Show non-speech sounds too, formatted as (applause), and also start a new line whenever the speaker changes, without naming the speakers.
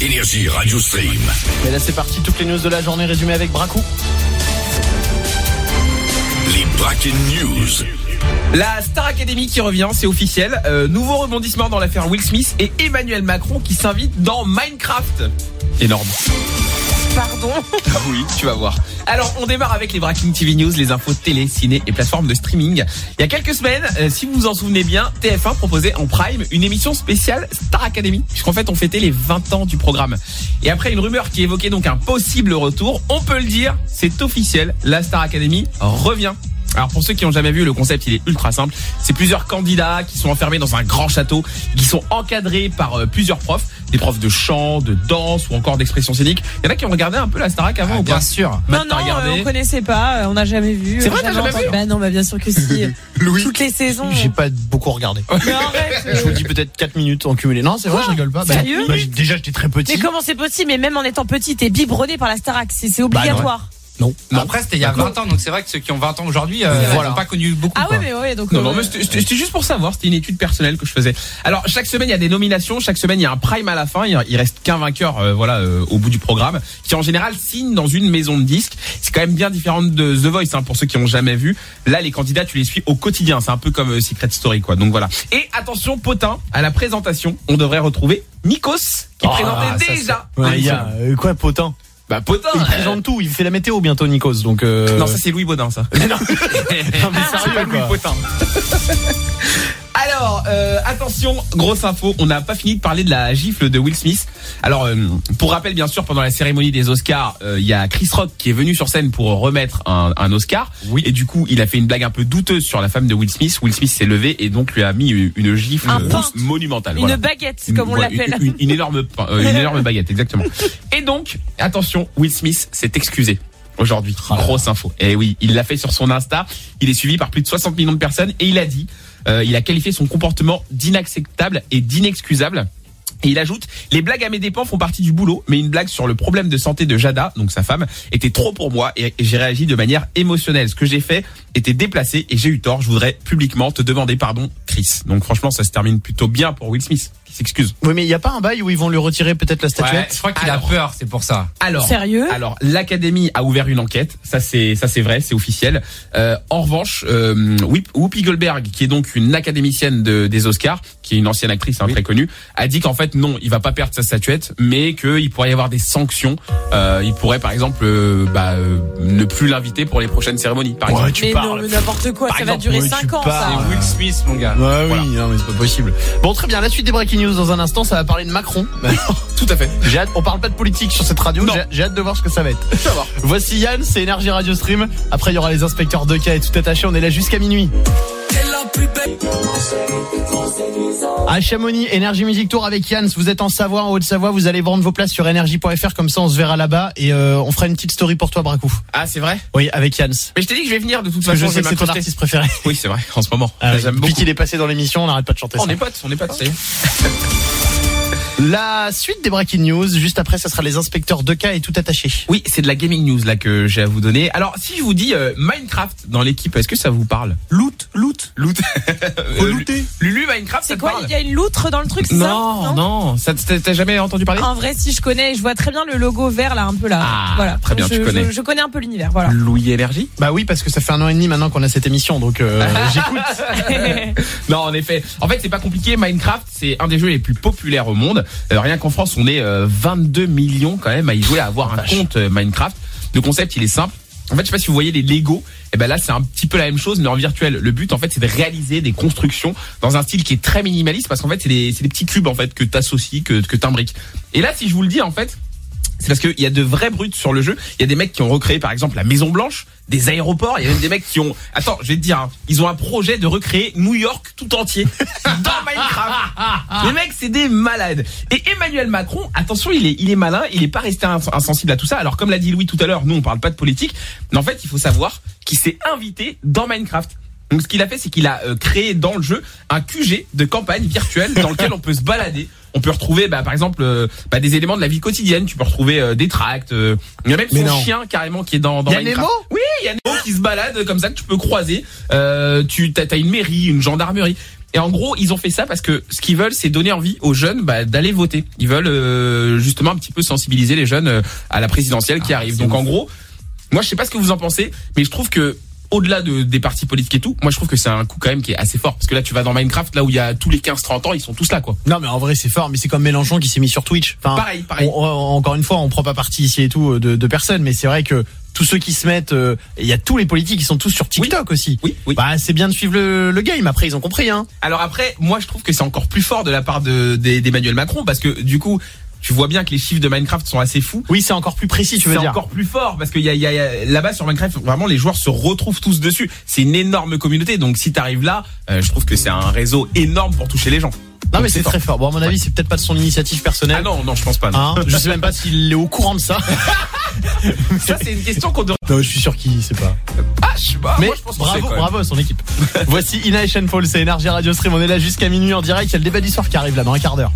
Énergie Radio Stream.
Et là, c'est parti. Toutes les news de la journée résumées avec Bracou.
Les Bracken News.
La Star Academy qui revient, c'est officiel. Euh, nouveau rebondissement dans l'affaire Will Smith et Emmanuel Macron qui s'invite dans Minecraft. Énorme. Ah
Pardon.
Oui, tu vas voir. Alors, on démarre avec les Breaking TV News, les infos télé, ciné et plateformes de streaming. Il y a quelques semaines, euh, si vous vous en souvenez bien, TF1 proposait en prime une émission spéciale Star Academy, puisqu'en fait, on fêtait les 20 ans du programme. Et après une rumeur qui évoquait donc un possible retour, on peut le dire, c'est officiel, la Star Academy revient. Alors pour ceux qui n'ont jamais vu le concept, il est ultra simple. C'est plusieurs candidats qui sont enfermés dans un grand château, qui sont encadrés par euh, plusieurs profs, des profs de chant, de danse ou encore d'expression scénique. Il y en a qui ont regardé un peu la Starac avant ou pas
Ah, Bien sûr.
Matt,
Non,
t'as
non,
regardé
euh, on connaissait pas, euh, on n'a jamais vu.
C'est
on
vrai,
n'a
t'as jamais
entendu.
vu
Bah non, bah bien sûr
(laughs)
que si.
Louis.
Toutes les saisons.
J'ai pas beaucoup regardé.
Mais arrête.
Je vous dis peut-être 4 minutes en cumulé. Non, c'est
Ah,
vrai, je rigole pas. Bah,
Sérieux
bah, j'ai- déjà, j'étais très
Mais
petit.
comment c'est possible Mais même en étant petit, t'es biberonné par la Starac, c'est c'est
Bah,
non.
obligatoire.
Non, non.
Après, c'était il y a 20 ans, donc c'est vrai que ceux qui ont 20 ans aujourd'hui, euh,
Voilà.
n'ont pas connu beaucoup.
ah
quoi.
ouais, mais ouais, donc.
Non,
euh,
non, mais c'était- c'était c'était juste pour savoir, c'était une étude personnelle que je faisais. Alors, chaque semaine, il y a des nominations, chaque semaine, il y a un prime à la fin, il il reste qu'un vainqueur euh, voilà, euh, au bout du programme, qui en général signe dans une maison de disques. C'est quand même bien différent de The Voice, hein, pour ceux qui ont jamais vu. Là, les candidats, tu les suis au quotidien, c'est un peu comme euh, Secret Story, quoi. Donc voilà. Et attention, potin, à la présentation, on devrait retrouver Nikos, qui
Ah,
présentait
ça,
déjà.
Ouais, il y
l'émission.
a, euh, quoi, potin
Bah, potin
Il
euh,
présente tout. Il fait la météo bientôt, Nikos. Donc, euh...
(laughs) Non, ça c'est Louis Baudin, ça.
non, mais
C'est pas
sérieux,
Louis
quoi.
Potin. (laughs) Alors, euh, attention, grosse info, on n'a pas fini de parler de la gifle de Will Smith. Alors, euh, pour rappel, bien sûr, pendant la cérémonie des Oscars, euh, il y a Chris Rock qui est venu sur scène pour remettre un, un Oscar. Oui. Et du coup, il a fait une blague un peu douteuse sur la femme de Will Smith. Will Smith s'est levé et donc lui a mis une, une gifle
Un pain.
monumentale.
Une
voilà.
baguette, comme on
Ouais,
l'appelle.
Une, une- une énorme, pain, euh,
(laughs)
une énorme baguette, exactement. Et donc, attention, Will Smith s'est excusé. Aujourd'hui, grosse info. Et oui, il l'a fait sur son Insta. Il est suivi par plus de 60 millions de personnes et il a dit, euh, il a qualifié son comportement d'inacceptable et d'inexcusable. Et il ajoute, les blagues à mes dépens font partie du boulot, mais une blague sur le problème de santé de Jada, donc sa femme, était trop pour moi et et j'ai réagi de manière émotionnelle. Ce que j'ai fait était déplacé et j'ai eu tort. Je voudrais publiquement te demander pardon, Chris. Donc franchement, ça se termine plutôt bien pour Will Smith, qui s'excuse.
Oui, mais il n'y a pas un bail où ils vont lui retirer peut-être la
Ouais,
statuette
je crois qu'il a
Alors.
peur, c'est pour ça.
Alors,
Sérieux
(laughs) alors l'académie a ouvert une enquête, ça c'est ça c'est vrai, c'est officiel. Euh, en revanche, euh, Whoop- Whoopi Goldberg, qui est donc une académicienne de, des Oscars, qui est une ancienne actrice hein, très connue, a dit qu'en fait non, il va pas perdre sa statuette, mais qu'il pourrait y avoir des sanctions. Euh, il pourrait par exemple euh, bah, euh, ne plus l'inviter pour les prochaines cérémonies, par exemple.
Mais non, mais n'importe quoi,
Par
ça
exemple,
va durer
oui, tu
5 ans,
parles.
ça.
C'est Will Smith, mon gars.
Ouais, Ah, oui, non, mais c'est pas possible. Bon, très bien. La suite des breaking news dans un instant, ça va parler de Macron.
Bah,
Tout à fait.
J'ai hâte, on parle pas de politique sur cette radio, j'ai- j'ai hâte de voir ce que ça va être. Voici Yann, c'est Énergie Radio Stream. Après, il y aura les inspecteurs de cas et tout attaché, on est là jusqu'à minuit. À Chamonix, Énergie Music Tour avec Yann. Vous êtes en Savoie, en Haute-Savoie, vous allez vendre vos places sur énergie.fr, comme ça on se verra là-bas et euh, on fera une petite story pour toi, Bracou.
Ah c'est vrai.
Oui, avec Yann.
Mais je t'ai dit que je vais venir de toute
Parce que
façon.
je sais que
j'ai
c'est ton
m'incrusté.
artiste préféré.
Oui c'est vrai. En ce moment,
Ah oui,
j'aime
Depuis
beaucoup.
qu'il est passé dans l'émission, on n'arrête pas de chanter
On
ça.
est potes, on est potes.
Ah.
ça y est.
La suite des breaking news, juste après, ça sera les inspecteurs de cas et tout attaché.
Oui, c'est de la gaming news là que j'ai à vous donner. Alors, si je vous dis euh, Minecraft dans l'équipe, est-ce que ça vous parle
Loot, loot.
(laughs) Loot. Euh, Lulu Minecraft, ça
C'est
te
quoi
parle
Il y a une loutre dans le truc, c'est ça
Non, non, ça t'as t'as jamais entendu parler
En vrai, si je connais, je vois très bien le logo vert là, un peu là.
Ah,
voilà.
très bien,
je,
tu connais.
Je, je connais un peu l'univers, voilà.
Louis Énergie
Bah oui, parce que ça fait un an et demi maintenant qu'on a cette émission, donc euh, (laughs)
(laughs)
j'écoute.
Non, en effet. En fait, c'est pas compliqué. Minecraft, c'est un des jeux les plus populaires au monde. Euh, rien qu'en France, on est euh, 22 millions quand même à y jouer, à avoir un compte euh, Minecraft. Le concept, il est simple. En fait, je sais pas si vous voyez les Lego. Et ben là, c'est un petit peu la même chose, mais en virtuel. Le but, en fait, c'est de réaliser des constructions dans un style qui est très minimaliste, parce qu'en fait, c'est des, c'est des petits cubes en fait que t'associes, que que t'imbriques. Et là, si je vous le dis, en fait, c'est parce qu'il y a de vrais brutes sur le jeu. Il y a des mecs qui ont recréé, par exemple, la Maison Blanche, des aéroports. Il y a même des mecs qui ont. Attends, je vais te dire, hein, ils ont un projet de recréer New York tout entier dans Minecraft. Les mecs, c'est des malades. Et Emmanuel Macron, attention, il est, il est malin. Il est pas resté ins- insensible à tout ça. Alors, comme l'a dit Louis tout à l'heure, nous, on parle pas de politique, mais en fait, il faut savoir qu'il s'est invité dans Minecraft. Donc ce qu'il a fait, c'est qu'il a euh, créé dans le jeu un QG de campagne virtuelle dans lequel on peut se balader, on peut retrouver bah, par exemple euh, bah, des éléments de la vie quotidienne. Tu peux retrouver euh, des tracts. euh, il y a même
Mais
son
non.
chien carrément qui est dans, dans
Y a
Minecraft.
Nemo
Oui, il y a Nemo qui se balade comme ça que tu peux croiser. Euh, tu t'as as une mairie, une gendarmerie. Et en gros, ils ont fait ça parce que ce qu'ils veulent, c'est donner envie aux jeunes bah, d'aller voter. Ils veulent euh, justement un petit peu sensibiliser les jeunes euh, à la présidentielle
Ah,
qui arrive. Donc en gros, moi je sais pas ce que vous en pensez, mais je trouve que au-delà de, des partis politiques et tout, moi je trouve que c'est un coup quand même qui est assez fort parce que là tu vas dans Minecraft, là où il y a tous les 15-30 ans, ils sont tous là quoi.
Non mais en vrai c'est fort, mais c'est comme Mélenchon qui s'est mis sur Twitch. Enfin,
Pareil, pareil.
on- on- encore une fois, on prend pas parti ici et tout euh, de, de personne, mais c'est vrai que tous ceux qui se mettent, euh, et il y a tous les politiques qui sont tous sur TikTok aussi.
Oui, oui.
Bah c'est bien de suivre le, le game. Après ils ont compris hein.
Alors après, moi je trouve que c'est encore plus fort de la part de- des- d'Emmanuel Macron parce que du coup, tu vois bien que les chiffres de Minecraft sont assez fous.
Oui c'est encore plus précis tu veux
c'est
dire.
encore plus fort parce que y a, y a- y a- là-bas sur Minecraft, vraiment les joueurs se retrouvent tous dessus. C'est une énorme communauté, donc si t'arrives là, euh, je trouve que c'est un réseau énorme pour toucher les gens.
Non
Donc
mais c'est très fort. Bon à mon avis c'est peut-être pas de son initiative
Ah
personnelle.
non, non, je pense pas. non.
Hein je sais même pas s'il est au courant de ça.
Ça c'est une question qu'on devrait.
(laughs) Non je suis sûr qu'il sait pas.
Ah, je sais pas.
Mais
moi, je pense qu'on sait,
bravo,
quand même.
bravo à son équipe. (laughs) Voici Ina et Paul, c'est Energy Radio Stream. On est là jusqu'à minuit en direct. Il y a le débat du soir qui arrive là dans un quart d'heure.